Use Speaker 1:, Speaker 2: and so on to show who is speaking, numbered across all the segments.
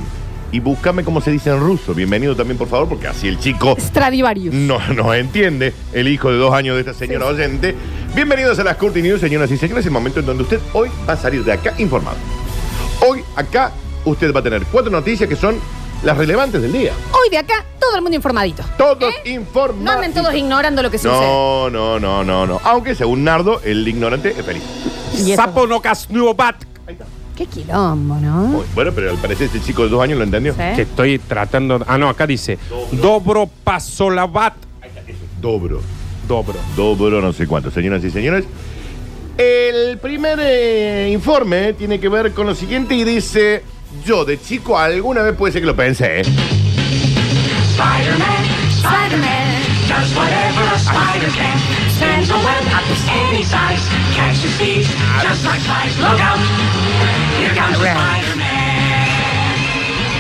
Speaker 1: Y búscame cómo se dice en ruso. Bienvenido también, por favor, porque así el chico
Speaker 2: Stradivarius.
Speaker 1: no nos entiende, el hijo de dos años de esta señora oyente. Bienvenidos a las Curti News, señoras y señores, el momento en donde usted hoy va a salir de acá informado. Hoy, acá, usted va a tener cuatro noticias que son las relevantes del día.
Speaker 2: Hoy de acá, todo el mundo informadito.
Speaker 1: Todos
Speaker 2: ¿Eh?
Speaker 1: informados.
Speaker 2: No anden todos ignorando lo que sucede.
Speaker 1: No, no, no, no, no. Aunque según Nardo, el ignorante es feliz.
Speaker 2: Y eso-
Speaker 3: Sapo no casnudo bat.
Speaker 2: Qué quilombo, ¿no? ¿Eh?
Speaker 1: Muy bueno, pero al parecer este chico de dos años lo entendió.
Speaker 2: Sí.
Speaker 3: Que estoy tratando. Ah, no, acá dice. Dobro pasolabat.
Speaker 1: Dobro,
Speaker 3: Dobro.
Speaker 1: dobro, no sé cuánto. Señoras y señores, el primer eh, informe tiene que ver con lo siguiente y dice: Yo de chico alguna vez puede ser que lo pensé. ¿eh?
Speaker 4: Spider-Man, Spider-Man does whatever a spider can. Spins a web of any size, catches thieves just like flies. Look out! Here comes Spider-Man.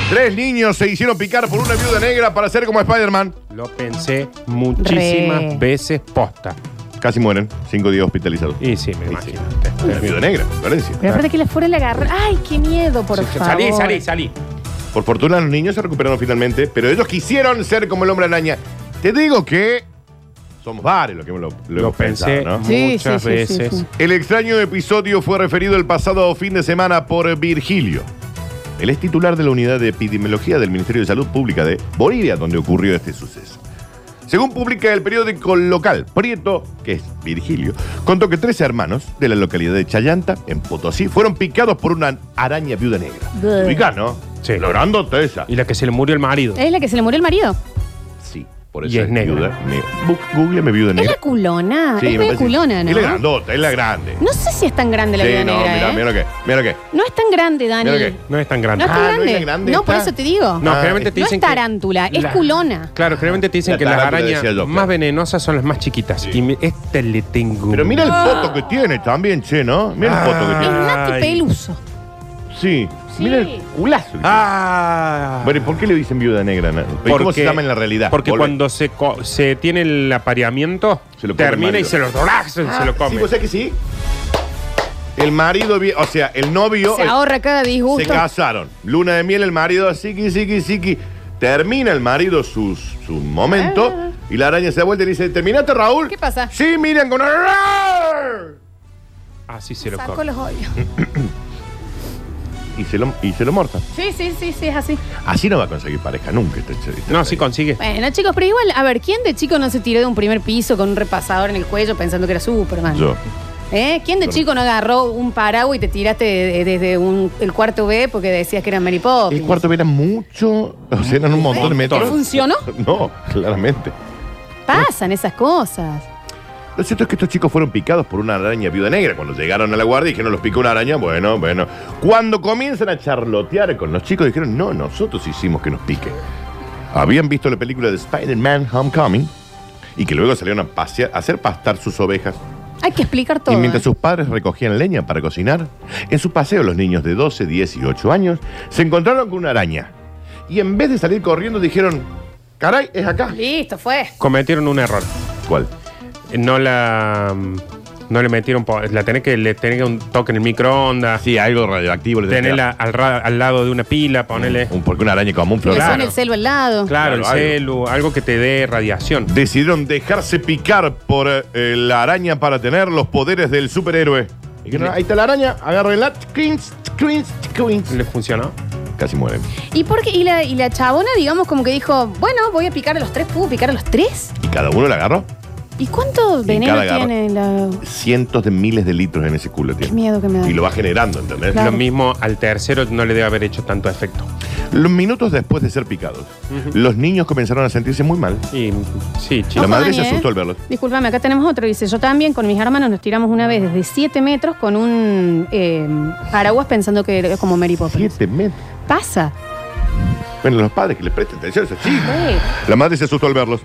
Speaker 1: Tres niños se hicieron picar por una viuda negra para ser como Spider-Man.
Speaker 3: Lo pensé muchísimas
Speaker 2: Re.
Speaker 3: veces posta.
Speaker 1: Casi mueren, cinco días hospitalizados.
Speaker 3: Y sí, me
Speaker 1: Sí,
Speaker 3: imagino.
Speaker 1: sí. La viuda negra, Valencia.
Speaker 2: Pero aparte que la fuera le agarra. Ay, qué miedo, por favor.
Speaker 3: Salí, salí, salí.
Speaker 1: Por fortuna los niños se recuperaron finalmente, pero ellos quisieron ser como el hombre araña. Te digo que somos varios lo que lo, lo
Speaker 3: Lo
Speaker 1: hemos pensado,
Speaker 3: pensé
Speaker 1: ¿no?
Speaker 2: Sí,
Speaker 3: muchas
Speaker 2: sí, sí, sí,
Speaker 3: veces.
Speaker 2: sí.
Speaker 1: El extraño episodio fue referido el pasado fin de semana por Virgilio. Él es titular de la unidad de epidemiología del Ministerio de Salud Pública de Bolivia, donde ocurrió este suceso. Según publica el periódico local, Prieto, que es Virgilio, contó que tres hermanos de la localidad de Chayanta, en Potosí, fueron picados por una araña viuda negra.
Speaker 2: Bleh.
Speaker 1: Ubicás, ¿no?
Speaker 3: Sí.
Speaker 1: Logrando esa.
Speaker 3: Y la que se le murió el marido.
Speaker 2: Es la que se le murió el marido.
Speaker 1: Sí, por
Speaker 3: Y
Speaker 1: eso
Speaker 3: es negra.
Speaker 1: viuda negra. Bu- Google me viuda
Speaker 2: Es
Speaker 1: negra.
Speaker 2: la culona.
Speaker 1: Sí,
Speaker 2: es
Speaker 1: me
Speaker 2: medio
Speaker 1: parece-
Speaker 2: culona,
Speaker 1: Es la
Speaker 2: ¿no?
Speaker 1: grandota, es la grande.
Speaker 2: No sé si es tan grande la
Speaker 1: sí,
Speaker 2: vida
Speaker 1: no,
Speaker 2: negra,
Speaker 1: mira,
Speaker 2: ¿eh?
Speaker 1: mira lo que, mira lo que.
Speaker 2: No es tan grande, Dani.
Speaker 1: Mira que-
Speaker 3: No es tan grande.
Speaker 2: No es tan
Speaker 1: Ah,
Speaker 2: grande.
Speaker 1: no
Speaker 2: No,
Speaker 1: es tan grande,
Speaker 2: por
Speaker 1: está.
Speaker 2: eso te digo.
Speaker 3: No,
Speaker 1: Ah,
Speaker 3: generalmente te
Speaker 2: No
Speaker 3: dicen
Speaker 2: es tarántula,
Speaker 3: que
Speaker 2: es culona.
Speaker 3: Claro, generalmente te dicen
Speaker 1: La
Speaker 3: que las
Speaker 1: tarántula decía
Speaker 3: arañas
Speaker 1: yo,
Speaker 3: más
Speaker 1: claro.
Speaker 3: venenosas son las más chiquitas. Y me- esta le tengo.
Speaker 1: Pero mira el foto que tiene también, che, ¿no? Mira el foto que
Speaker 2: Es
Speaker 1: tiene.
Speaker 2: Nati
Speaker 3: Ay.
Speaker 2: Peluso.
Speaker 1: Sí,
Speaker 2: Ah. Sí.
Speaker 1: mira el culazo. que
Speaker 3: Ah.
Speaker 1: tiene. Bueno, ¿y por qué le dicen viuda negra? na? ¿Y ¿Cómo se llama en la realidad?
Speaker 3: Porque
Speaker 1: Volvé.
Speaker 3: cuando se, co- se tiene el apareamiento,
Speaker 1: Se lo come el
Speaker 3: termina y
Speaker 1: marido.
Speaker 3: se lo, ¡Ah! se, se lo
Speaker 1: Sí, pues,
Speaker 3: come.
Speaker 1: vos sabés que sí. El marido, vi- o sea, el novio
Speaker 2: Se
Speaker 1: el-
Speaker 2: ahorra cada
Speaker 1: eh, se
Speaker 2: disgusto.
Speaker 1: casaron. Luna de miel, el marido, siki, siki, siki. Termina el marido su, su momento
Speaker 2: Ah.
Speaker 1: y la araña se da vuelta y le dice, ¿terminaste, Raúl?
Speaker 2: ¿Qué pasa?
Speaker 1: Sí, miren, con...
Speaker 3: Así Ah, se lo
Speaker 2: Sacó
Speaker 3: come.
Speaker 2: los odios.
Speaker 1: Y se lo, y se lo morta.
Speaker 2: Sí, sí, sí, sí, es así.
Speaker 1: Así no va a conseguir pareja nunca este che- este
Speaker 3: No, sí consigue.
Speaker 2: Bueno, chicos, pero igual, a ver, ¿quién de chico no se tiró de un primer piso con un repasador en el cuello pensando que era Superman?
Speaker 1: Yo.
Speaker 2: ¿Eh? ¿Quién de chico no agarró un paraguas y te tiraste de- de- desde un- el cuarto B porque decías que era Mary Poppins?
Speaker 1: El cuarto era mucho, o sea, eran un montón de metros.
Speaker 2: ¿Funcionó?
Speaker 1: No, claramente.
Speaker 2: Pasan esas cosas.
Speaker 1: Lo cierto es que estos chicos fueron picados por una araña viuda negra. Cuando llegaron a la guardia y dijeron, los picó una araña, bueno, bueno. Cuando comienzan a charlotear con los chicos, dijeron, no, nosotros hicimos que nos pique. Habían visto la película de Spider-Man Homecoming y que luego salieron a, pasear, a hacer pastar sus ovejas.
Speaker 2: Hay que explicar todo.
Speaker 1: Y mientras
Speaker 2: ¿eh?
Speaker 1: sus padres recogían leña para cocinar, en su paseo los niños de 12, 10 y 8 años se encontraron con una araña. Y en vez de salir corriendo dijeron, caray, es acá.
Speaker 2: Listo, fue.
Speaker 3: Cometieron un error.
Speaker 1: ¿Cuál?
Speaker 3: No la. No le metieron. po- La tenés que le tenés que un toque en el microondas.
Speaker 1: Sí, algo radioactivo. le tenés que
Speaker 3: Tenerla al, ra- al lado de una pila, ponele.
Speaker 1: dar. Mm, Un- Porque una araña común,
Speaker 2: Que
Speaker 1: pero
Speaker 2: son
Speaker 1: claro.
Speaker 2: el celo al lado.
Speaker 3: Claro, el
Speaker 1: Claro, algo.
Speaker 3: celu, algo que te dé radiación.
Speaker 1: Decidieron dejarse picar por eh, la araña para tener los poderes del superhéroe. Dijeron, ahí está la araña, agárrenla, tquins, tquins, tquins.
Speaker 3: ¿Le funcionó?
Speaker 1: Casi mueren.
Speaker 2: ¿Y, por qué? ¿Y, la, y la chabona, digamos, como que dijo, bueno, voy a picar a los tres, ¿puedo picar a los tres?
Speaker 1: ¿Y cada uno la agarró?
Speaker 2: ¿Y cuánto veneno
Speaker 1: cada garra-
Speaker 2: tiene la...
Speaker 1: Cientos de miles de litros en ese culo
Speaker 2: Qué
Speaker 1: tiene.
Speaker 2: miedo que me da.
Speaker 1: Y lo va generando, ¿entendés?
Speaker 2: Claro.
Speaker 3: Lo mismo al tercero no le debe haber hecho tanto efecto.
Speaker 1: Los minutos después de ser picados, los niños comenzaron a sentirse muy mal.
Speaker 3: Y sí,
Speaker 1: La
Speaker 3: chicos.
Speaker 2: Ojo,
Speaker 1: madre
Speaker 2: Dani,
Speaker 1: se
Speaker 2: ¿eh?
Speaker 1: asustó al verlo.
Speaker 2: Disculpame, acá tenemos otro. Dice, yo también con mis hermanos nos tiramos una vez desde 7 metros con un eh, paraguas pensando que era como Mary Poppins.
Speaker 1: Siete metros.
Speaker 2: Pasa.
Speaker 1: Bueno, los padres que le presten atención a esos chicos.
Speaker 2: Sí.
Speaker 1: La madre se asustó al verlos.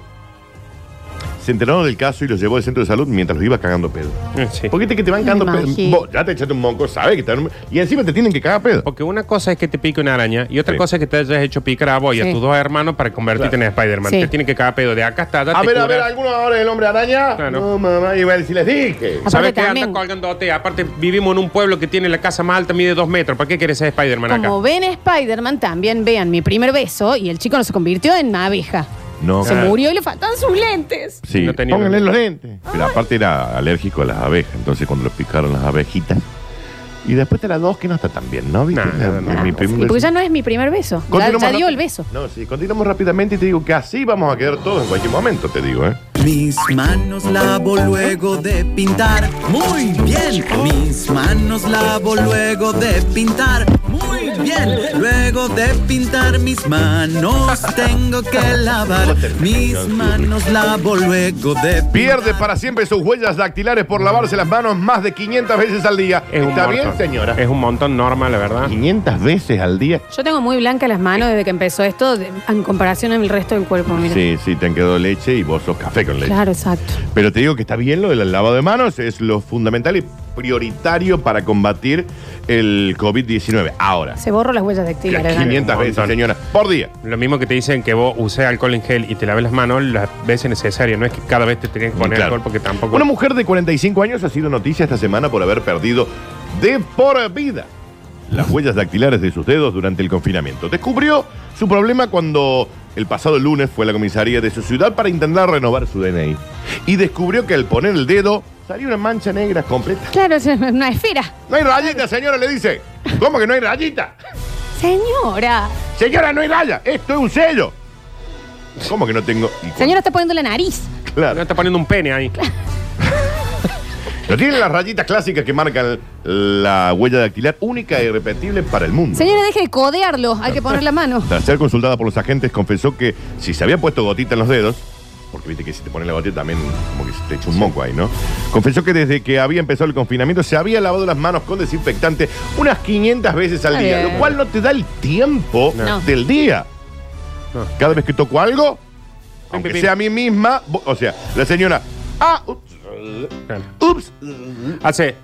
Speaker 1: Se enteraron del caso y los llevó al centro de salud mientras los iba cagando pedo.
Speaker 3: Eh, sí.
Speaker 1: Porque te, que te van
Speaker 2: Me
Speaker 1: cagando pedo.
Speaker 2: imagino.
Speaker 1: Vos ya te echaste un monco, sabes que te dan un- Y encima te tienen que cagar pedo.
Speaker 3: Porque una cosa es que te pique una araña y otra
Speaker 1: Sí.
Speaker 3: cosa es que te hayas hecho picar a vos y
Speaker 2: Sí.
Speaker 3: a tus dos hermanos para convertirte
Speaker 1: Claro.
Speaker 3: en Spider-Man.
Speaker 2: Sí.
Speaker 3: Te tiene que cagar pedo de acá hasta allá.
Speaker 1: A
Speaker 3: te
Speaker 1: ver, a
Speaker 3: cura.
Speaker 1: ver, ¿alguno ahora es el hombre araña?
Speaker 3: Claro.
Speaker 1: No, mamá, iba a decir, les dije.
Speaker 2: Aparte
Speaker 3: ¿Sabes qué?
Speaker 2: también-
Speaker 3: Anda colgándote. Aparte, vivimos en un pueblo que tiene la casa más alta, mide dos metros. ¿Para qué quieres ser Spider-Man acá?
Speaker 2: Como ven Spider-Man, también vean mi primer beso y el chico no se convirtió en una abeja.
Speaker 1: No, eh,
Speaker 2: Se murió y le faltan sus lentes.
Speaker 1: Sí,
Speaker 3: No tenía
Speaker 1: pónganle los
Speaker 3: los
Speaker 1: lentes. Pero aparte era alérgico a las abejas, entonces cuando lo picaron las abejitas. Y después te la dos que no está tan bien, ¿no? ¿Viste?
Speaker 3: No, no, no,
Speaker 1: Mi-
Speaker 2: Ah,
Speaker 1: mi
Speaker 2: sí,
Speaker 1: primer
Speaker 2: porque
Speaker 1: beso.
Speaker 2: ya no es mi primer beso. Ya- Ya,
Speaker 1: Continuamos
Speaker 2: dio
Speaker 1: rápido.
Speaker 2: el beso.
Speaker 1: No, sí, continuamos rápidamente y te digo que así vamos a quedar todos en cualquier momento, te digo, ¿eh?
Speaker 5: Mis manos lavo luego de pintar. Muy bien. Mis manos lavo luego de pintar. Muy bien. Luego de pintar mis manos tengo que lavar. Mis manos lavo luego de pintar.
Speaker 1: Pierde para siempre sus huellas dactilares por lavarse las manos más de 500 veces al día.
Speaker 3: Es un
Speaker 1: ¿Está bien,
Speaker 3: montón.
Speaker 1: señora?
Speaker 3: Es un montón normal, la verdad.
Speaker 1: 500 veces al día.
Speaker 2: Yo tengo muy blancas las manos desde que empezó esto de- en comparación al resto del cuerpo. Mira.
Speaker 1: Sí, sí, te han quedado leche y vos sos café con leche.
Speaker 2: Claro, exacto.
Speaker 1: Pero te digo que está bien lo del lavado de manos, es lo fundamental y prioritario para combatir el COVID-19. Ahora,
Speaker 2: Se borró las huellas de actividad.
Speaker 1: las 500
Speaker 3: Un
Speaker 1: veces,
Speaker 3: montón.
Speaker 1: señora, por día.
Speaker 3: Lo mismo que te dicen que vos usé alcohol en gel y te laves las manos las veces necesarias. No es que cada vez te tenías que poner
Speaker 1: Claro.
Speaker 3: alcohol porque tampoco.
Speaker 1: Una mujer de 45 años ha sido noticia esta semana por haber perdido de por vida las huellas dactilares de sus dedos durante el confinamiento. Descubrió su problema cuando el pasado lunes fue a la comisaría de su ciudad para intentar renovar su DNI. Y descubrió que al poner el dedo salió una mancha negra completa.
Speaker 2: Claro, es una esfera.
Speaker 1: No hay rayita, señora, le dice. ¿Cómo que no hay rayita?
Speaker 2: Señora.
Speaker 1: Señora, no hay raya. Esto es un sello. ¿Cómo que no tengo? Y cu-
Speaker 2: Señora está poniendo la nariz.
Speaker 3: No
Speaker 1: Claro.
Speaker 3: está poniendo un pene ahí.
Speaker 1: No tienen las rayitas clásicas que marcan la huella dactilar única e irrepetible para el mundo.
Speaker 2: Señora, deje de codearlo. Hay que poner la mano.
Speaker 1: Tras ser consultada por los agentes, confesó que si se había puesto gotita en los dedos, porque viste que si te pones la gotita también como que se te echa un moco ahí, ¿no? Confesó que desde que había empezado el confinamiento se había lavado las manos con desinfectante unas 500 veces al
Speaker 2: Está
Speaker 1: día,
Speaker 2: bien.
Speaker 1: lo cual no te da el tiempo
Speaker 2: No.
Speaker 1: del día.
Speaker 3: No.
Speaker 1: Cada vez que toco algo, aunque
Speaker 3: pipí.
Speaker 1: sea a mí misma, bo- o sea, la señora, ah, ups,
Speaker 3: Claro.
Speaker 1: ups,
Speaker 3: Hace.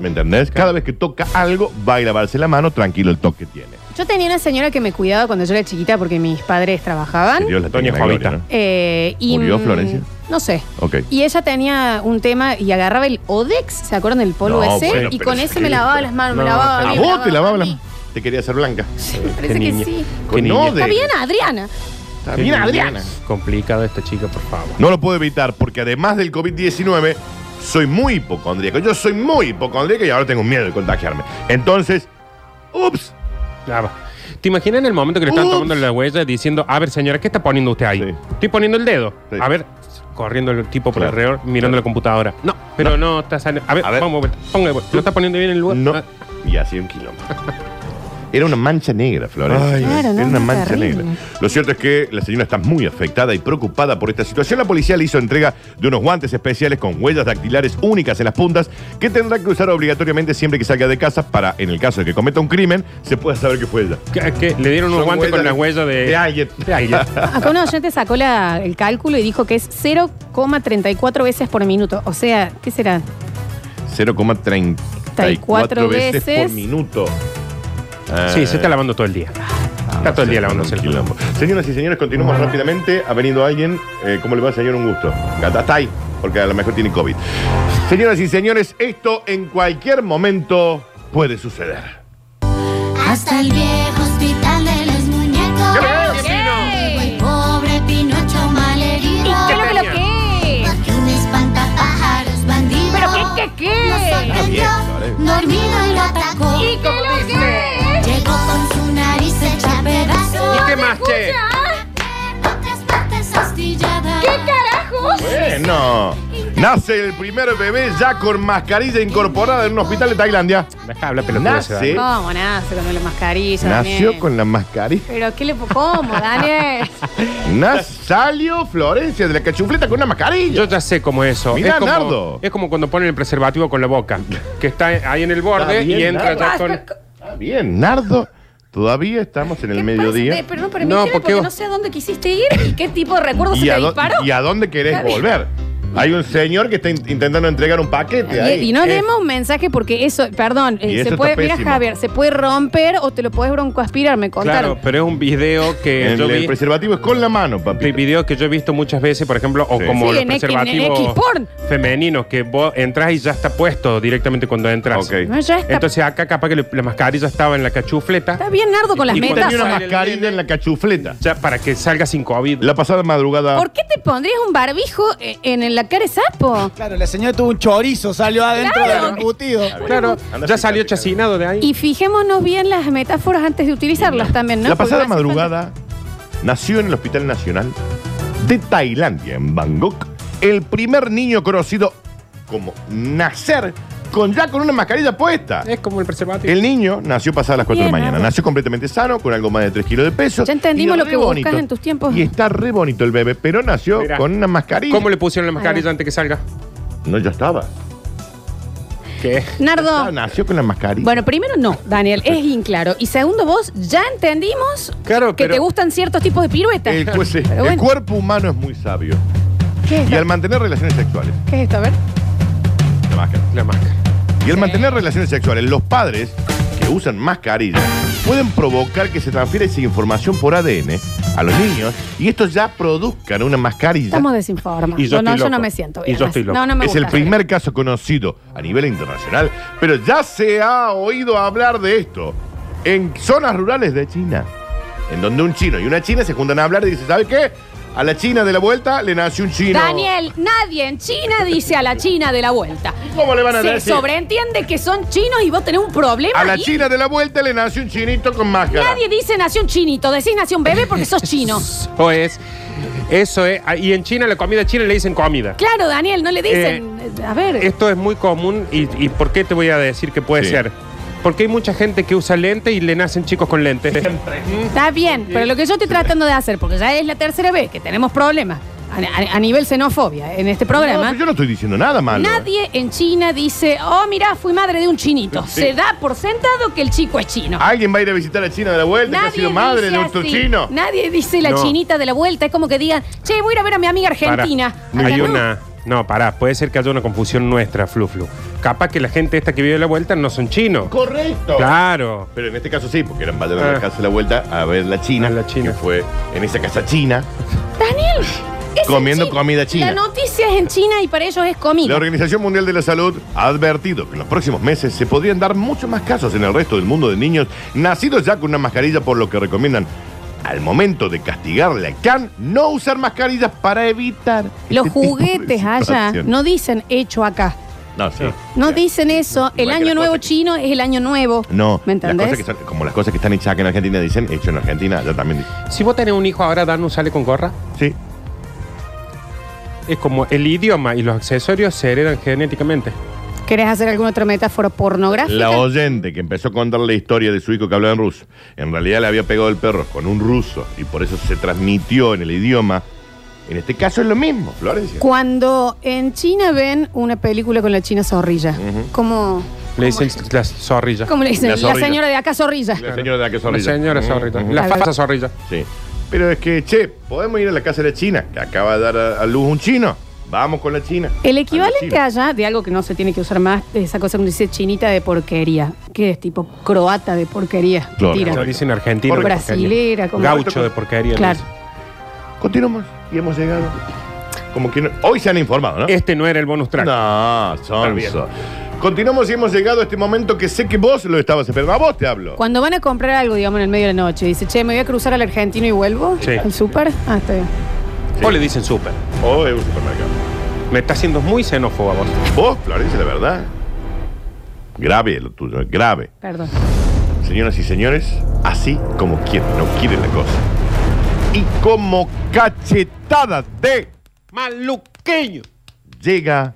Speaker 1: ¿me entendés? Cada vez que toca algo, va a ir a lavarse la mano, tranquilo el toque tiene.
Speaker 2: Yo tenía una señora que me cuidaba cuando yo era chiquita porque mis padres trabajaban.
Speaker 1: Que Dios la tenga
Speaker 3: Doña
Speaker 1: en la gloria,
Speaker 3: Juanita.
Speaker 1: ¿no?
Speaker 2: Eh, y,
Speaker 1: ¿Murió
Speaker 2: mm,
Speaker 1: Florencia?
Speaker 2: No sé.
Speaker 1: Ok.
Speaker 2: Y ella tenía un tema y agarraba el Odex, ¿se acuerdan del polvo
Speaker 1: No,
Speaker 2: ese?
Speaker 1: bueno,
Speaker 2: y
Speaker 1: pero
Speaker 2: con
Speaker 1: es
Speaker 2: ese
Speaker 1: que-
Speaker 2: me lavaba las manos, me
Speaker 3: No,
Speaker 2: lavaba
Speaker 3: pero-
Speaker 2: mí,
Speaker 1: ¿A
Speaker 2: me
Speaker 1: vos te lavaba
Speaker 2: a
Speaker 1: la
Speaker 2: mí.
Speaker 1: Te quería hacer blanca.
Speaker 2: Sí, parece
Speaker 3: Qué
Speaker 2: que
Speaker 3: niña.
Speaker 2: sí.
Speaker 3: Qué
Speaker 1: Que
Speaker 3: niña.
Speaker 1: no de-
Speaker 2: Está bien, Adriana.
Speaker 1: Está bien, Adriana.
Speaker 3: Complicado esta chica, por favor.
Speaker 1: No lo puedo evitar porque además del COVID-19, soy muy hipocondríaco. Yo soy muy hipocondríaco y ahora tengo miedo de contagiarme. Entonces, ups.
Speaker 3: Claro. ¿Te imaginas en el momento que le están
Speaker 1: Ups.
Speaker 3: tomando la huella diciendo, a ver, señora, ¿qué está poniendo usted ahí?
Speaker 1: Sí.
Speaker 3: Estoy poniendo el dedo.
Speaker 1: Sí.
Speaker 3: A ver, corriendo el tipo por
Speaker 1: Claro.
Speaker 3: alrededor, mirando la computadora. No, pero no, está saliendo. A ver,
Speaker 1: A ver.
Speaker 3: vamos a ver. Ponga de vuelta. ¿Lo está poniendo bien en el lugar?
Speaker 1: No.
Speaker 3: Ah.
Speaker 1: Y así un kilómetro. Era una mancha negra, Florencia.
Speaker 2: Ay, Claro,
Speaker 1: Era
Speaker 2: no,
Speaker 1: una
Speaker 2: no,
Speaker 1: mancha
Speaker 2: terrible.
Speaker 1: negra. Lo cierto es que la señora está muy afectada y preocupada por esta situación. La policía le hizo entrega de unos guantes especiales con huellas dactilares únicas en las puntas que tendrá que usar obligatoriamente siempre que salga de casa para, en el caso de que cometa un crimen, se pueda saber que fue ella.
Speaker 3: ¿Qué- qué? Le dieron un
Speaker 1: Son
Speaker 3: guante con
Speaker 1: huellas
Speaker 3: la huella de.
Speaker 1: de alguien.
Speaker 3: De alguien.
Speaker 2: Acá un oyente sacó la- el cálculo y dijo que es 0,34 veces por minuto. O sea, ¿qué será?
Speaker 1: 0,34 veces, por
Speaker 2: veces.
Speaker 1: minuto. Ah.
Speaker 3: Sí, se está lavando todo el día. Está todo el día lavándose el
Speaker 1: quilombo. Señoras y señores, continuamos rápidamente. Ha venido alguien. Eh, ¿Cómo le va, señor? Un gusto. Gata, Está ahí, porque a lo mejor tiene COVID. Señoras y señores, esto en cualquier momento puede suceder.
Speaker 6: Hasta el viejo hospital de los muñecos. Llegó el pobre Pinocho malherido.
Speaker 2: ¿Qué es lo que lo que es?
Speaker 6: Porque un espantapájaros bandido.
Speaker 2: ¿Pero qué, qué, qué?
Speaker 6: Lo sorprendió,
Speaker 1: Ah, bien, vale.
Speaker 6: dormido y lo atacó.
Speaker 2: ¿Y qué es lo que es?
Speaker 6: Llegó con
Speaker 3: más, che.
Speaker 2: ¿Qué carajos?
Speaker 1: Bueno, nace el primer bebé ya con mascarilla incorporada en un hospital de Tailandia.
Speaker 3: Deja hablar pelotudo.
Speaker 1: Nace.
Speaker 3: se va.
Speaker 2: ¿Cómo nace con la mascarilla?
Speaker 1: Nació
Speaker 2: Daniel?
Speaker 1: con la mascarilla.
Speaker 2: Pero qué le ¿Cómo, Daniel?
Speaker 1: Nas- salió Florencia de la cachufleta con una mascarilla.
Speaker 3: Yo ya sé cómo es eso.
Speaker 1: Mirá,
Speaker 3: es, como,
Speaker 1: Nardo.
Speaker 3: es como cuando ponen el preservativo con la boca, que está ahí en el borde
Speaker 1: Está bien,
Speaker 3: y entra
Speaker 1: Nardo.
Speaker 3: ya
Speaker 2: Ah,
Speaker 3: con.
Speaker 1: Está bien, Nardo. Todavía estamos en el
Speaker 2: ¿Qué
Speaker 1: mediodía.
Speaker 2: pasa? Eh, Te- Pero no, pero
Speaker 3: No,
Speaker 2: no, porque
Speaker 3: porque vos-
Speaker 2: no sé a dónde quisiste ir y qué tipo de recuerdos se
Speaker 1: ¿Y
Speaker 2: te
Speaker 1: a, dó-
Speaker 2: disparó.
Speaker 1: y a dónde querés
Speaker 2: Está bien.
Speaker 1: volver? Hay un señor que está in- intentando entregar un paquete ahí.
Speaker 2: Y, y no
Speaker 3: Eh.
Speaker 2: demos un mensaje porque eso, perdón, eh,
Speaker 1: Y eso
Speaker 2: se
Speaker 1: está
Speaker 2: puede, mira
Speaker 1: pésimo.
Speaker 2: Javier, se puede romper o te lo puedes broncoaspirar, me contaron.
Speaker 3: Claro, pero es un video que
Speaker 1: el,
Speaker 3: yo
Speaker 1: el
Speaker 3: vi.
Speaker 1: preservativo es con la mano,
Speaker 3: vi-
Speaker 1: papi.
Speaker 3: Videos que yo he visto muchas veces, por ejemplo, o
Speaker 1: Sí.
Speaker 3: como
Speaker 2: Sí,
Speaker 3: los
Speaker 2: en X- en
Speaker 3: preservativos
Speaker 2: X-Porn.
Speaker 3: femeninos, que vos entras y ya está puesto directamente cuando entras.
Speaker 1: Ok.
Speaker 2: No, ya está.
Speaker 3: Entonces acá capaz que le- la mascarilla estaba en la cachufleta,
Speaker 2: está bien nardo con las
Speaker 3: Y cuando
Speaker 2: metas.
Speaker 1: Tenía una
Speaker 3: Sale el
Speaker 1: mascarilla
Speaker 3: nene.
Speaker 1: en la cachufleta.
Speaker 3: ya para que salga sin COVID.
Speaker 1: La pasada madrugada.
Speaker 2: ¿Por qué te pondrías un barbijo eh, en, en la cara de sapo?
Speaker 7: Claro, la señora tuvo un chorizo, salió adentro
Speaker 2: Claro.
Speaker 7: del embutido.
Speaker 3: Claro,
Speaker 1: Anda
Speaker 3: ya
Speaker 1: picante,
Speaker 3: salió
Speaker 1: claro.
Speaker 3: chacinado de ahí.
Speaker 2: Y fijémonos bien las metáforas antes de utilizarlas también, ¿no?
Speaker 1: La
Speaker 2: Porque
Speaker 1: pasada
Speaker 2: no hace
Speaker 1: madrugada nació en el Hospital Nacional de Tailandia, en Bangkok, el primer niño conocido como nacer con ya con una mascarilla puesta.
Speaker 3: Es como el preservativo.
Speaker 1: El niño nació pasadas las 4 de la
Speaker 2: Bien,
Speaker 1: mañana.
Speaker 2: Nardo.
Speaker 1: Nació completamente sano, con algo más de 3 kilos de peso.
Speaker 2: Ya entendimos
Speaker 1: Y
Speaker 2: lo
Speaker 1: re
Speaker 2: que buscas
Speaker 1: bonito.
Speaker 2: en tus tiempos.
Speaker 1: Y está re bonito el bebé, pero nació
Speaker 3: Mirá.
Speaker 1: con una mascarilla.
Speaker 3: ¿Cómo le pusieron la
Speaker 2: Ahí va.
Speaker 3: mascarilla antes que salga?
Speaker 1: No, ya estaba.
Speaker 3: ¿Qué?
Speaker 2: falta- Nardo.
Speaker 1: Ah, Nació con la mascarilla.
Speaker 2: Bueno, primero no, Daniel, es inclaro. Y segundo, vos ya entendimos
Speaker 3: Claro,
Speaker 2: que
Speaker 3: pero-
Speaker 2: te gustan ciertos tipos de piruetas.
Speaker 1: el, cu- sí,
Speaker 2: Pero
Speaker 1: Eh, pues, el
Speaker 2: bueno,
Speaker 1: cuerpo humano es muy sabio.
Speaker 2: ¿qué, es
Speaker 1: Y
Speaker 2: esto?
Speaker 1: al mantener relaciones sexuales,
Speaker 2: ¿Qué es esto? A ver.
Speaker 1: la máscara.
Speaker 3: La máscara.
Speaker 1: Y al mantener relaciones sexuales, los padres que usan mascarilla pueden provocar que se transfiera esa información por ADN a los niños y estos ya produzcan una mascarilla.
Speaker 2: Estamos desinformados.
Speaker 3: Y yo
Speaker 2: no, no,
Speaker 3: estoy
Speaker 2: yo no
Speaker 3: loco.
Speaker 2: me siento
Speaker 3: Y
Speaker 2: bien.
Speaker 3: yo estoy loco.
Speaker 2: No, no me
Speaker 1: es
Speaker 2: gusta.
Speaker 1: el primer caso conocido a nivel internacional, pero ya se ha oído hablar de esto en zonas rurales de China, en donde un chino y una china se juntan a hablar y dicen, ¿sabe qué? A la china de la vuelta le nació un chino.
Speaker 2: Daniel, nadie en China dice a la China de la vuelta.
Speaker 1: ¿Cómo le van a
Speaker 2: Se
Speaker 1: decir?
Speaker 2: sobreentiende que son chinos y vos tenés un problema.
Speaker 1: A la
Speaker 2: ahí.
Speaker 1: china de la vuelta le nació un chinito con máscara.
Speaker 2: Nadie dice nació un chinito, decís nació un bebé porque sos chino.
Speaker 3: Eso es. Eso es. ah, Y en China, la comida china le dicen comida.
Speaker 2: Claro, Daniel, no le dicen. eh, a ver.
Speaker 3: Esto es muy común. Y, y por qué te voy a decir que puede
Speaker 1: Sí.
Speaker 3: ser? Porque hay mucha gente que usa lente y le nacen chicos con lentes.
Speaker 2: Está bien, pero lo que yo estoy tratando de hacer, porque ya es la tercera vez que tenemos problemas a, a- a nivel xenofobia en este
Speaker 1: No,
Speaker 2: programa.
Speaker 1: pero yo no estoy diciendo nada malo.
Speaker 2: Nadie en China dice, oh, mirá, fui madre de un chinito.
Speaker 1: Sí.
Speaker 2: Se da por sentado que el chico es chino.
Speaker 1: Alguien va a ir a visitar a China de la vuelta, que ha sido madre de
Speaker 2: dice
Speaker 1: un
Speaker 2: así.
Speaker 1: chino.
Speaker 2: Nadie dice la
Speaker 3: No.
Speaker 2: chinita de la vuelta. Es como que digan, che, voy a ir a ver a mi amiga argentina.
Speaker 3: Pará. Hay
Speaker 2: Acá no.
Speaker 3: una. No, pará. Puede ser que haya una confusión nuestra, Fluflu. Capaz que la gente esta que vive la vuelta no son chinos.
Speaker 1: Correcto.
Speaker 3: Claro.
Speaker 1: Pero en este caso sí, porque eran padres de la
Speaker 3: Ah.
Speaker 1: casa de la vuelta a ver la China,
Speaker 3: A la China.
Speaker 1: que fue en esa casa china.
Speaker 2: Daniel. es en
Speaker 1: Comiendo comida china.
Speaker 2: La noticia es en China y para ellos es comida.
Speaker 1: La Organización Mundial de la Salud ha advertido que en los próximos meses se podrían dar muchos más casos en el resto del mundo de niños nacidos ya con una mascarilla, por lo que recomiendan al momento de castigarle a Khan no usar mascarillas para evitar.
Speaker 2: Los
Speaker 1: este tipo de
Speaker 2: juguetes allá
Speaker 1: situaciones.
Speaker 2: no dicen hecho acá.
Speaker 1: No, sí.
Speaker 2: No dicen eso. El
Speaker 1: que
Speaker 2: año
Speaker 1: las
Speaker 2: nuevo
Speaker 1: cosas que-
Speaker 2: chino es el año nuevo.
Speaker 1: No,
Speaker 2: ¿Me
Speaker 1: las cosas que
Speaker 2: entendés?
Speaker 1: son- como las cosas que están hechas acá en Argentina dicen, hecho en Argentina, allá también dicen.
Speaker 3: Si vos tenés un hijo ahora, Danu sale con gorra.
Speaker 1: Sí.
Speaker 3: Es como el idioma y los accesorios se heredan genéticamente.
Speaker 2: ¿Querés hacer alguna otra metáfora pornográfica?
Speaker 1: La oyente que empezó a contar la historia de su hijo que hablaba en ruso, en realidad le había pegado el perro con un ruso y por eso se transmitió en el idioma. En este caso es lo mismo, Florencia.
Speaker 2: Cuando en China ven una película con la china zorrilla, como,
Speaker 3: Le dicen las zorrillas.
Speaker 2: como le dicen,
Speaker 1: La
Speaker 2: la,
Speaker 1: zorrilla.
Speaker 2: señora de acá zorrilla.
Speaker 1: La señora de la que
Speaker 3: La
Speaker 1: sonríe.
Speaker 3: señora zorrilla.
Speaker 1: Mm, mm.
Speaker 3: La
Speaker 2: Tal vez.
Speaker 3: falsa zorrilla.
Speaker 1: Sí. Pero es que, che, podemos ir a la casa de la China, que acaba de dar a, a luz un chino. Vamos con la China.
Speaker 2: El
Speaker 1: A la
Speaker 2: equivalente
Speaker 1: China.
Speaker 2: allá de algo que no se tiene que usar más, de esa cosa que uno dice chinita de porquería, que es tipo croata de porquería.
Speaker 1: Claro.
Speaker 2: Tira.
Speaker 3: Lo
Speaker 1: Claro.
Speaker 3: dicen argentino.
Speaker 1: Por
Speaker 2: Brasilera, como-
Speaker 3: Gaucho de porquería.
Speaker 2: Claro.
Speaker 3: le dicen.
Speaker 1: Continuamos y hemos llegado. Como que no- hoy se han informado, ¿no?
Speaker 3: Este no era el bonus track.
Speaker 1: No,
Speaker 3: Está bien.
Speaker 1: sonso. Continuamos y hemos llegado a este momento que sé que vos lo estabas esperando. A vos te hablo.
Speaker 2: Cuando van a comprar algo, digamos, en el medio de la noche, dice, che, me voy a cruzar al argentino y vuelvo.
Speaker 3: Sí.
Speaker 2: ¿Al súper? Ah, está bien.
Speaker 3: O le dicen súper.
Speaker 1: O es un supermercado.
Speaker 3: Me está siendo muy xenófoba vos.
Speaker 1: Vos, Oh, Florencia, la verdad. Grave lo tuyo, eh, grave.
Speaker 2: Perdón.
Speaker 1: Señoras y señores, así como quieren, no quieren la cosa. Y como cachetada de
Speaker 3: Maluqueño.
Speaker 1: llega,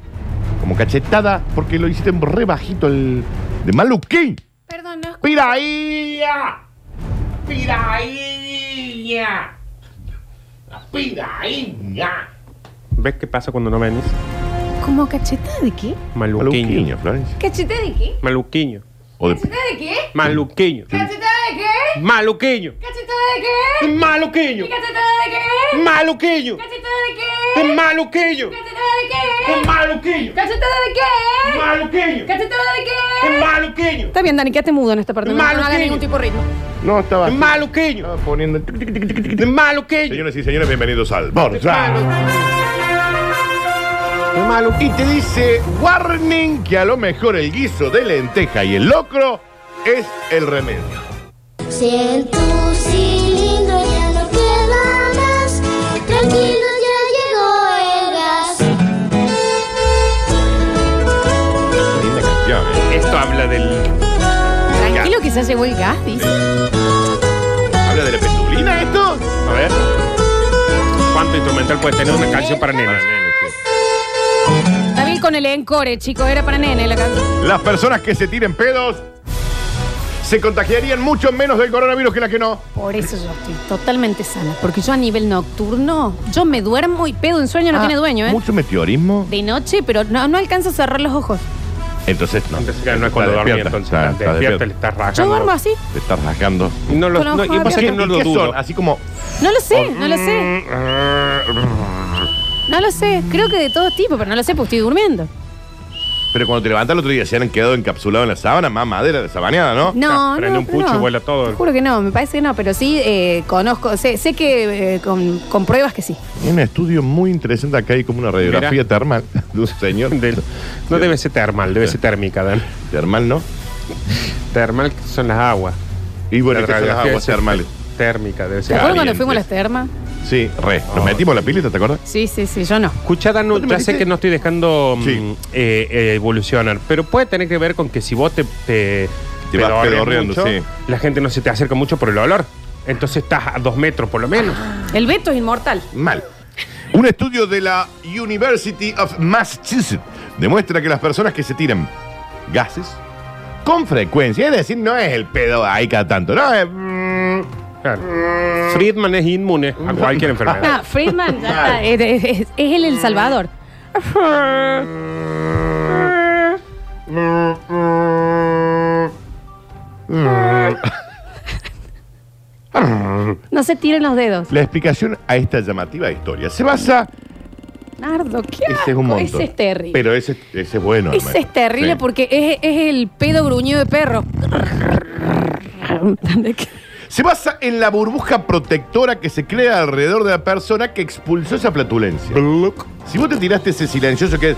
Speaker 1: como cachetada, porque lo hiciste re bajito el de maluquín.
Speaker 2: Perdón, no escu-
Speaker 1: ¡Piraía!
Speaker 4: Pirainha! Pirainha!
Speaker 3: ¿Ves qué pasa cuando no venís?
Speaker 2: ¿Cómo cachetada de qué?
Speaker 1: Maluquiña,
Speaker 3: Maluqueño.
Speaker 1: Florencia.
Speaker 2: ¿Cachetada de qué?
Speaker 3: Maluqueño.
Speaker 1: O de-
Speaker 2: ¿Cachetada de qué?
Speaker 3: Maluqueño.
Speaker 2: ¿Cachetada de qué?
Speaker 3: Maluqueño.
Speaker 2: ¿Cachetada de qué?
Speaker 3: Maluqueño.
Speaker 2: ¿Cachetada de qué?
Speaker 3: Maluqueño.
Speaker 2: ¿Cachetada de qué?
Speaker 3: Maluqueño.
Speaker 2: ¿Cachetada de qué?
Speaker 3: Maluqueño.
Speaker 2: ¿Cachetada de qué?
Speaker 3: Maluqueño.
Speaker 2: ¿Cachetada de qué?
Speaker 3: Maluqueño.
Speaker 2: Está bien, Dani, quédate mudo en esta parte. No, no
Speaker 3: Malo
Speaker 2: hagas
Speaker 3: que-
Speaker 2: ningún tipo de ritmo.
Speaker 1: No, estaba.
Speaker 3: Maluqueño.
Speaker 1: estaba poniendo. tic, tic, tic, tic, tic, tic.
Speaker 3: Maluqueño.
Speaker 1: Señoras y señores, bienvenidos al Borja.
Speaker 3: Maluqueño.
Speaker 1: Y te dice, warning, que a lo mejor el guiso de lenteja y el locro es el remedio.
Speaker 6: Si en tu cilindro ya no queda más, tranquilo ya llegó el gas.
Speaker 1: Linda canción, ¿eh?
Speaker 3: Esto habla del.
Speaker 2: Tranquilo, quizás llegó el gas, dice.
Speaker 1: ¿Habla de la petulina esto?
Speaker 3: A ver. ¿Cuánto instrumental puede tener una canción para nenas?
Speaker 2: David con el encore, chico, era para nene la canción.
Speaker 1: Las personas que se tiren pedos se contagiarían mucho menos del coronavirus que las que no.
Speaker 2: Por eso yo estoy totalmente sana. Porque yo a nivel nocturno, yo me duermo y pedo en
Speaker 3: Ah,
Speaker 2: sueño no tiene dueño, ¿eh?
Speaker 1: Mucho meteorismo.
Speaker 2: De noche, pero no, no alcanzo a cerrar los ojos.
Speaker 1: Entonces no.
Speaker 3: Entonces, claro, no es cuando
Speaker 1: Está
Speaker 3: dormí,
Speaker 1: despierta,
Speaker 3: entonces.
Speaker 1: está- está
Speaker 3: Despierta, le
Speaker 1: despierta.
Speaker 3: estás rajando.
Speaker 2: Yo duermo así.
Speaker 1: Te estás rascando.
Speaker 3: No lo,
Speaker 2: Con
Speaker 3: no,
Speaker 2: ojo
Speaker 3: yo pasa
Speaker 2: abierto.
Speaker 3: que no lo
Speaker 1: ¿Y qué
Speaker 3: dudo. Mm,
Speaker 1: son? Así como.
Speaker 2: No lo
Speaker 3: Oh.
Speaker 2: sé, no lo sé.
Speaker 3: ah.
Speaker 2: No lo sé. Creo que de todo tipo, pero no lo sé porque estoy durmiendo.
Speaker 1: Pero cuando te levantas el otro día se han quedado encapsulados en la sábana, más madera de sabaneada, ¿no?
Speaker 2: No, no.
Speaker 3: Ah, prende un pucho
Speaker 2: no.
Speaker 3: y vuela todo.
Speaker 2: Te juro que no, me parece que no, pero sí eh, conozco, sé, sé que eh, con, con pruebas que sí.
Speaker 1: Hay un estudio muy interesante acá, hay como una radiografía
Speaker 3: Mira.
Speaker 1: termal de un señor.
Speaker 3: Del- no debe ser termal, debe ser térmica, Dan.
Speaker 1: Termal, ¿no?
Speaker 3: Termal que son las aguas.
Speaker 1: Y bueno,
Speaker 3: La
Speaker 1: ¿qué son las
Speaker 3: radiografía
Speaker 1: aguas
Speaker 3: es-
Speaker 1: termales?
Speaker 3: Térmica, debe
Speaker 2: ¿Te
Speaker 3: ser.
Speaker 2: acuerdas cuando
Speaker 1: Calientes.
Speaker 2: fuimos a las termas?
Speaker 1: Sí, re. Nos
Speaker 3: Ah.
Speaker 1: metimos en la pileta, ¿te acuerdas?
Speaker 2: Sí, sí, sí, yo no.
Speaker 3: Escucha, Dan,
Speaker 1: ¿Cuándo me
Speaker 3: ya sé
Speaker 1: dijiste?
Speaker 3: que no estoy dejando mm,
Speaker 1: Sí.
Speaker 3: eh, eh, evolucionar, pero puede tener que ver con que si vos te, te,
Speaker 1: Te vas
Speaker 3: pedorreas
Speaker 1: pedorreando, sí.
Speaker 3: la gente no se te acerca mucho por el olor. Entonces estás a dos metros por lo menos.
Speaker 2: El Beto es inmortal.
Speaker 1: Mal. Un estudio de la University of Massachusetts demuestra que las personas que se tiran gases con frecuencia, es decir, no es el pedo ahí cada tanto, no es. mm,
Speaker 3: Claro. Friedman es inmune a cualquier enfermedad.
Speaker 2: Ah, Friedman, ya está, es, es- es- es el
Speaker 1: Mm.
Speaker 2: El Salvador.
Speaker 1: Mm.
Speaker 2: No se tiren los dedos.
Speaker 1: La explicación a esta llamativa historia se basa.
Speaker 2: Nardo, ¿qué
Speaker 1: Ese es
Speaker 2: asco,
Speaker 1: un montón.
Speaker 2: Ese es terrible.
Speaker 1: Pero ese, ese es bueno.
Speaker 2: Ese es
Speaker 1: hermano.
Speaker 2: terrible
Speaker 1: Sí.
Speaker 2: porque es, es el pedo gruñido de perro. ¿Entendés qué?
Speaker 1: Se basa en la burbuja protectora que se crea alrededor de la persona que expulsó esa flatulencia. Si vos te tiraste ese silencioso que es.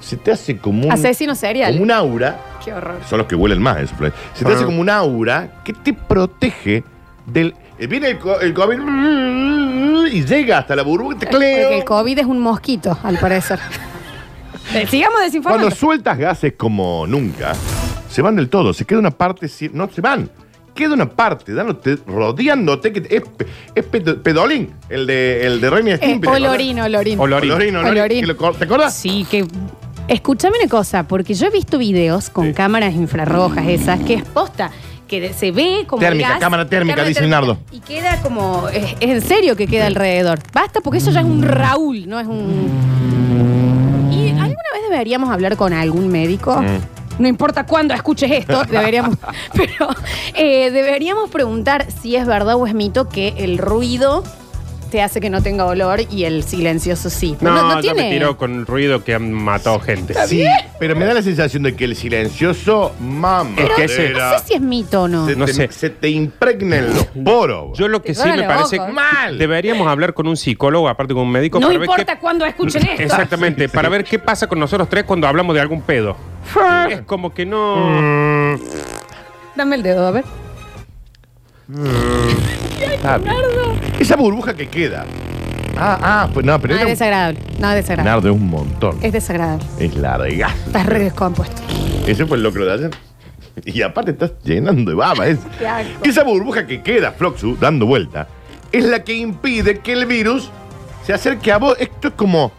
Speaker 1: Se te hace como un.
Speaker 2: Asesino serial.
Speaker 1: Como un aura.
Speaker 2: Qué horror.
Speaker 1: Son los que huelen más, eso. Florencia. Se te hace como un aura que te protege del. eh, Viene el, co- el COVID y llega hasta la burbuja. Te
Speaker 2: Porque el
Speaker 1: cleo.
Speaker 2: COVID es un mosquito, al parecer. Eh, Sigamos desinformando.
Speaker 1: Cuando sueltas gases como nunca, se van del todo, se queda una parte, si- no se van, queda una parte, dándote, rodeándote, que te- es, pe- es pedo- pedolín, el de, el de Remy
Speaker 2: Eh,
Speaker 1: Stimpy, ¿te acordás?
Speaker 2: olorino, olorino.
Speaker 3: Olorín.
Speaker 1: Olorín, olorín,
Speaker 2: Olorín.
Speaker 1: que lo cor- ¿Te acordás?
Speaker 2: Sí, que. Escuchame una cosa, porque yo he visto videos con cámaras infrarrojas esas, que es posta, que de- se ve como.
Speaker 1: Térmica, cámara térmica, dice Nardo.
Speaker 2: Y queda como. Es, es en serio que queda alrededor. Basta, porque eso ya es
Speaker 1: Mm.
Speaker 2: un Raúl, no es un. ¿Y alguna vez deberíamos hablar con algún médico?
Speaker 1: Mm.
Speaker 2: No importa cuándo escuches esto, deberíamos. pero eh, deberíamos preguntar si es verdad o es mito que el ruido te hace que no tenga olor y el silencioso sí.
Speaker 3: No, yo me tiro con el ruido que han matado gente.
Speaker 1: Sí, pero me da la sensación de que el silencioso mama.
Speaker 3: Es que ese-
Speaker 2: No sé si es mito o no.
Speaker 1: se,
Speaker 3: No
Speaker 1: te,
Speaker 3: sé.
Speaker 1: se te impregna en los poros.
Speaker 3: Yo lo
Speaker 2: Te
Speaker 3: que sí
Speaker 2: duele
Speaker 3: me
Speaker 2: los
Speaker 3: parece
Speaker 2: ojos.
Speaker 1: Mal.
Speaker 3: deberíamos hablar con un psicólogo, aparte con un médico.
Speaker 2: ¿eh? No
Speaker 3: para ver
Speaker 2: importa
Speaker 3: qué-
Speaker 2: cuándo escuchen esto.
Speaker 3: Exactamente, para ver qué pasa con nosotros tres cuando hablamos de algún pedo. Es como que no.
Speaker 2: Dame el dedo, a ver.
Speaker 1: Está bien. Esa burbuja que queda. Ah, ah, pues no, pero
Speaker 2: No, es
Speaker 1: era un-
Speaker 2: desagradable. No, es desagradable.
Speaker 1: Nardo es un montón.
Speaker 2: Es desagradable.
Speaker 1: Es larga.
Speaker 2: Estás re descompuesto.
Speaker 1: Ese fue el locro de ayer. Y aparte estás llenando de baba. Es,
Speaker 2: Qué asco.
Speaker 1: esa burbuja que queda, Floxu, dando vuelta, es la que impide que el virus se acerque a vos. Esto es como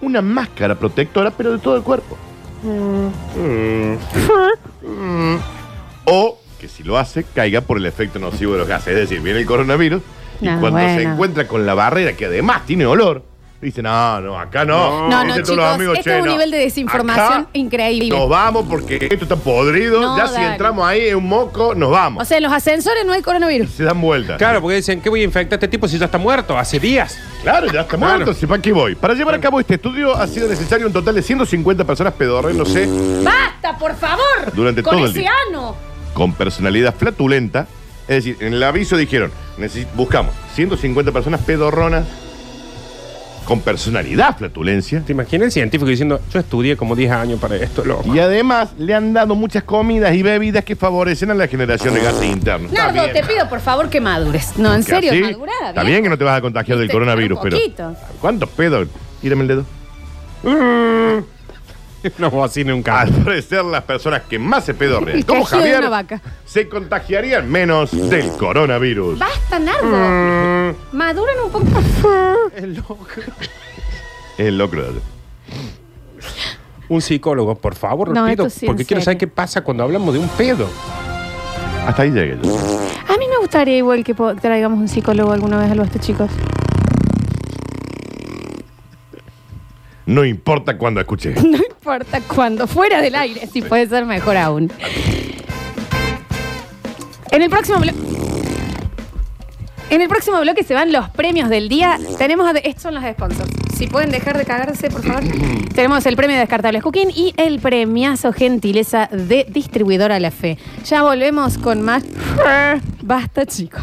Speaker 1: una máscara protectora, pero de todo el cuerpo. Mm. O que si lo hace, caiga por el efecto nocivo de los gases. Es decir, viene el coronavirus y
Speaker 2: No,
Speaker 1: cuando se
Speaker 2: Ah, bueno.
Speaker 1: encuentra con la barrera, que además tiene olor, dice, no, no, acá
Speaker 2: No,
Speaker 1: no.
Speaker 2: no,
Speaker 1: Dicen todos
Speaker 2: chicos,
Speaker 1: los amigos,
Speaker 2: este
Speaker 1: "Che,
Speaker 2: es un
Speaker 1: no,
Speaker 2: nivel de desinformación
Speaker 1: acá
Speaker 2: increíble.
Speaker 1: nos vamos porque esto está podrido.
Speaker 2: No,
Speaker 1: ya si
Speaker 2: dale.
Speaker 1: entramos ahí en un moco, nos vamos.
Speaker 2: O sea, en los ascensores no hay coronavirus.
Speaker 1: se dan vueltas.
Speaker 3: Claro, porque dicen, ¿qué voy a infectar a este tipo si ya está muerto? Hace días.
Speaker 1: Claro, ya está muerto.
Speaker 3: Claro.
Speaker 1: si ¿Para qué voy? Para llevar a cabo este estudio ha sido necesario un total de 150 personas pedorreándose
Speaker 2: ¡Basta, por favor!
Speaker 1: Durante
Speaker 2: Con
Speaker 1: todo el
Speaker 2: ese
Speaker 1: día.
Speaker 2: ano.
Speaker 1: con personalidad flatulenta. Es decir, en el aviso dijeron, necesi- buscamos 150 personas pedorronas con personalidad flatulencia.
Speaker 3: ¿Te imaginas el científico diciendo, yo estudié como 10 años para esto, loco?
Speaker 1: Y además le han dado muchas comidas y bebidas que favorecen a la generación de gases internos. Está
Speaker 2: Nardo,
Speaker 1: bien.
Speaker 2: te pido por favor que madures. No, en
Speaker 1: Que
Speaker 2: serio,
Speaker 1: así,
Speaker 2: madurá.
Speaker 1: Está bien que no te vas a contagiar del
Speaker 2: Viste,
Speaker 1: coronavirus,
Speaker 2: un
Speaker 1: pero.
Speaker 2: poquito.
Speaker 1: ¿Cuántos pedos? Tírame el dedo.
Speaker 3: No bocina un
Speaker 1: Al
Speaker 3: carro.
Speaker 1: parecer, las personas que más se pedorrean,
Speaker 2: El
Speaker 1: como
Speaker 2: quejido de
Speaker 1: Javier,
Speaker 2: una vaca.
Speaker 1: se contagiarían menos del coronavirus.
Speaker 2: Basta, Nardo.
Speaker 1: Mm.
Speaker 2: Maduren un poco.
Speaker 1: Es locro de ayer.
Speaker 3: Un psicólogo, por favor,
Speaker 2: No,
Speaker 3: lo pido,
Speaker 2: esto sí, en
Speaker 3: porque quiero
Speaker 2: serio.
Speaker 3: saber qué pasa cuando hablamos de un pedo.
Speaker 1: Hasta ahí llegué yo.
Speaker 2: A mí me gustaría igual que po- traigamos un psicólogo alguna vez a los chicos.
Speaker 1: No importa cuándo escuché.
Speaker 2: No importa cuándo, fuera del aire, si puede ser mejor aún. En el próximo bloque. En el próximo bloque se van los premios del día. Tenemos a de- estos son los sponsors. Si pueden dejar de cagarse, por favor. Tenemos el premio de Descartables Cooking y el premiazo gentileza de Distribuidora La Fe. Ya volvemos con más. Basta, chicos.